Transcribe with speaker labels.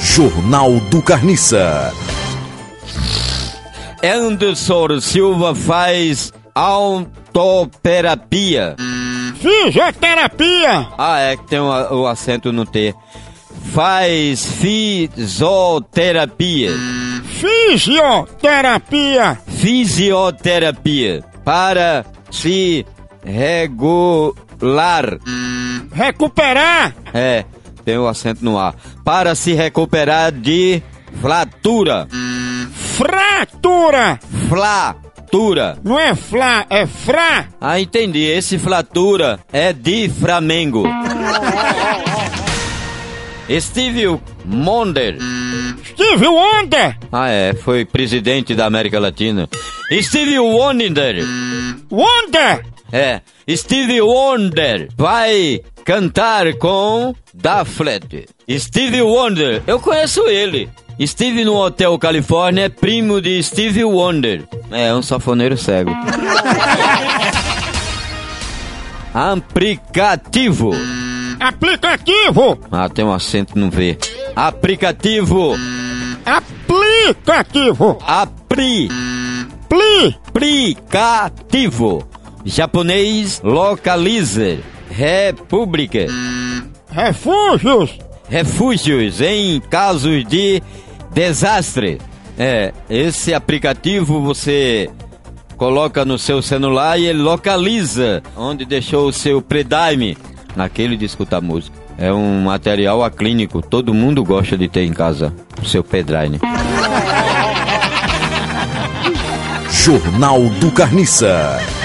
Speaker 1: Jornal do Carniça.
Speaker 2: Anderson Silva faz autoterapia.
Speaker 3: Fisioterapia!
Speaker 2: Ah, é que tem o, o acento no T. Faz fisioterapia.
Speaker 3: Fisioterapia!
Speaker 2: Fisioterapia. Para se regular.
Speaker 3: Recuperar!
Speaker 2: É, tem o acento no A. Para se recuperar de fratura.
Speaker 3: Fratura!
Speaker 2: Flatura.
Speaker 3: Não é flá, é frá!
Speaker 2: Ah, entendi. Esse flatura é de Flamengo. Steve Wonder.
Speaker 3: Steve Wonder!
Speaker 2: Ah, é. Foi presidente da América Latina. Steve Wonder.
Speaker 3: Wonder!
Speaker 2: É. Steve Wonder vai cantar com Dafflet. Steve Wonder. Eu conheço ele. Steve no Hotel Califórnia é primo de Steve Wonder. É, um safoneiro cego. Aplicativo.
Speaker 3: Aplicativo!
Speaker 2: Ah, tem um acento no V. Aplicativo.
Speaker 3: Aplicativo!
Speaker 2: Apri.
Speaker 3: Pli!
Speaker 2: Aplicativo. Japonês localizer. República.
Speaker 3: Refúgios!
Speaker 2: Refúgios em casos de desastre. É, esse aplicativo você coloca no seu celular e ele localiza onde deixou o seu predime. Naquele de escutar música. É um material aclínico, todo mundo gosta de ter em casa o seu pedrine.
Speaker 1: Jornal do Carniça.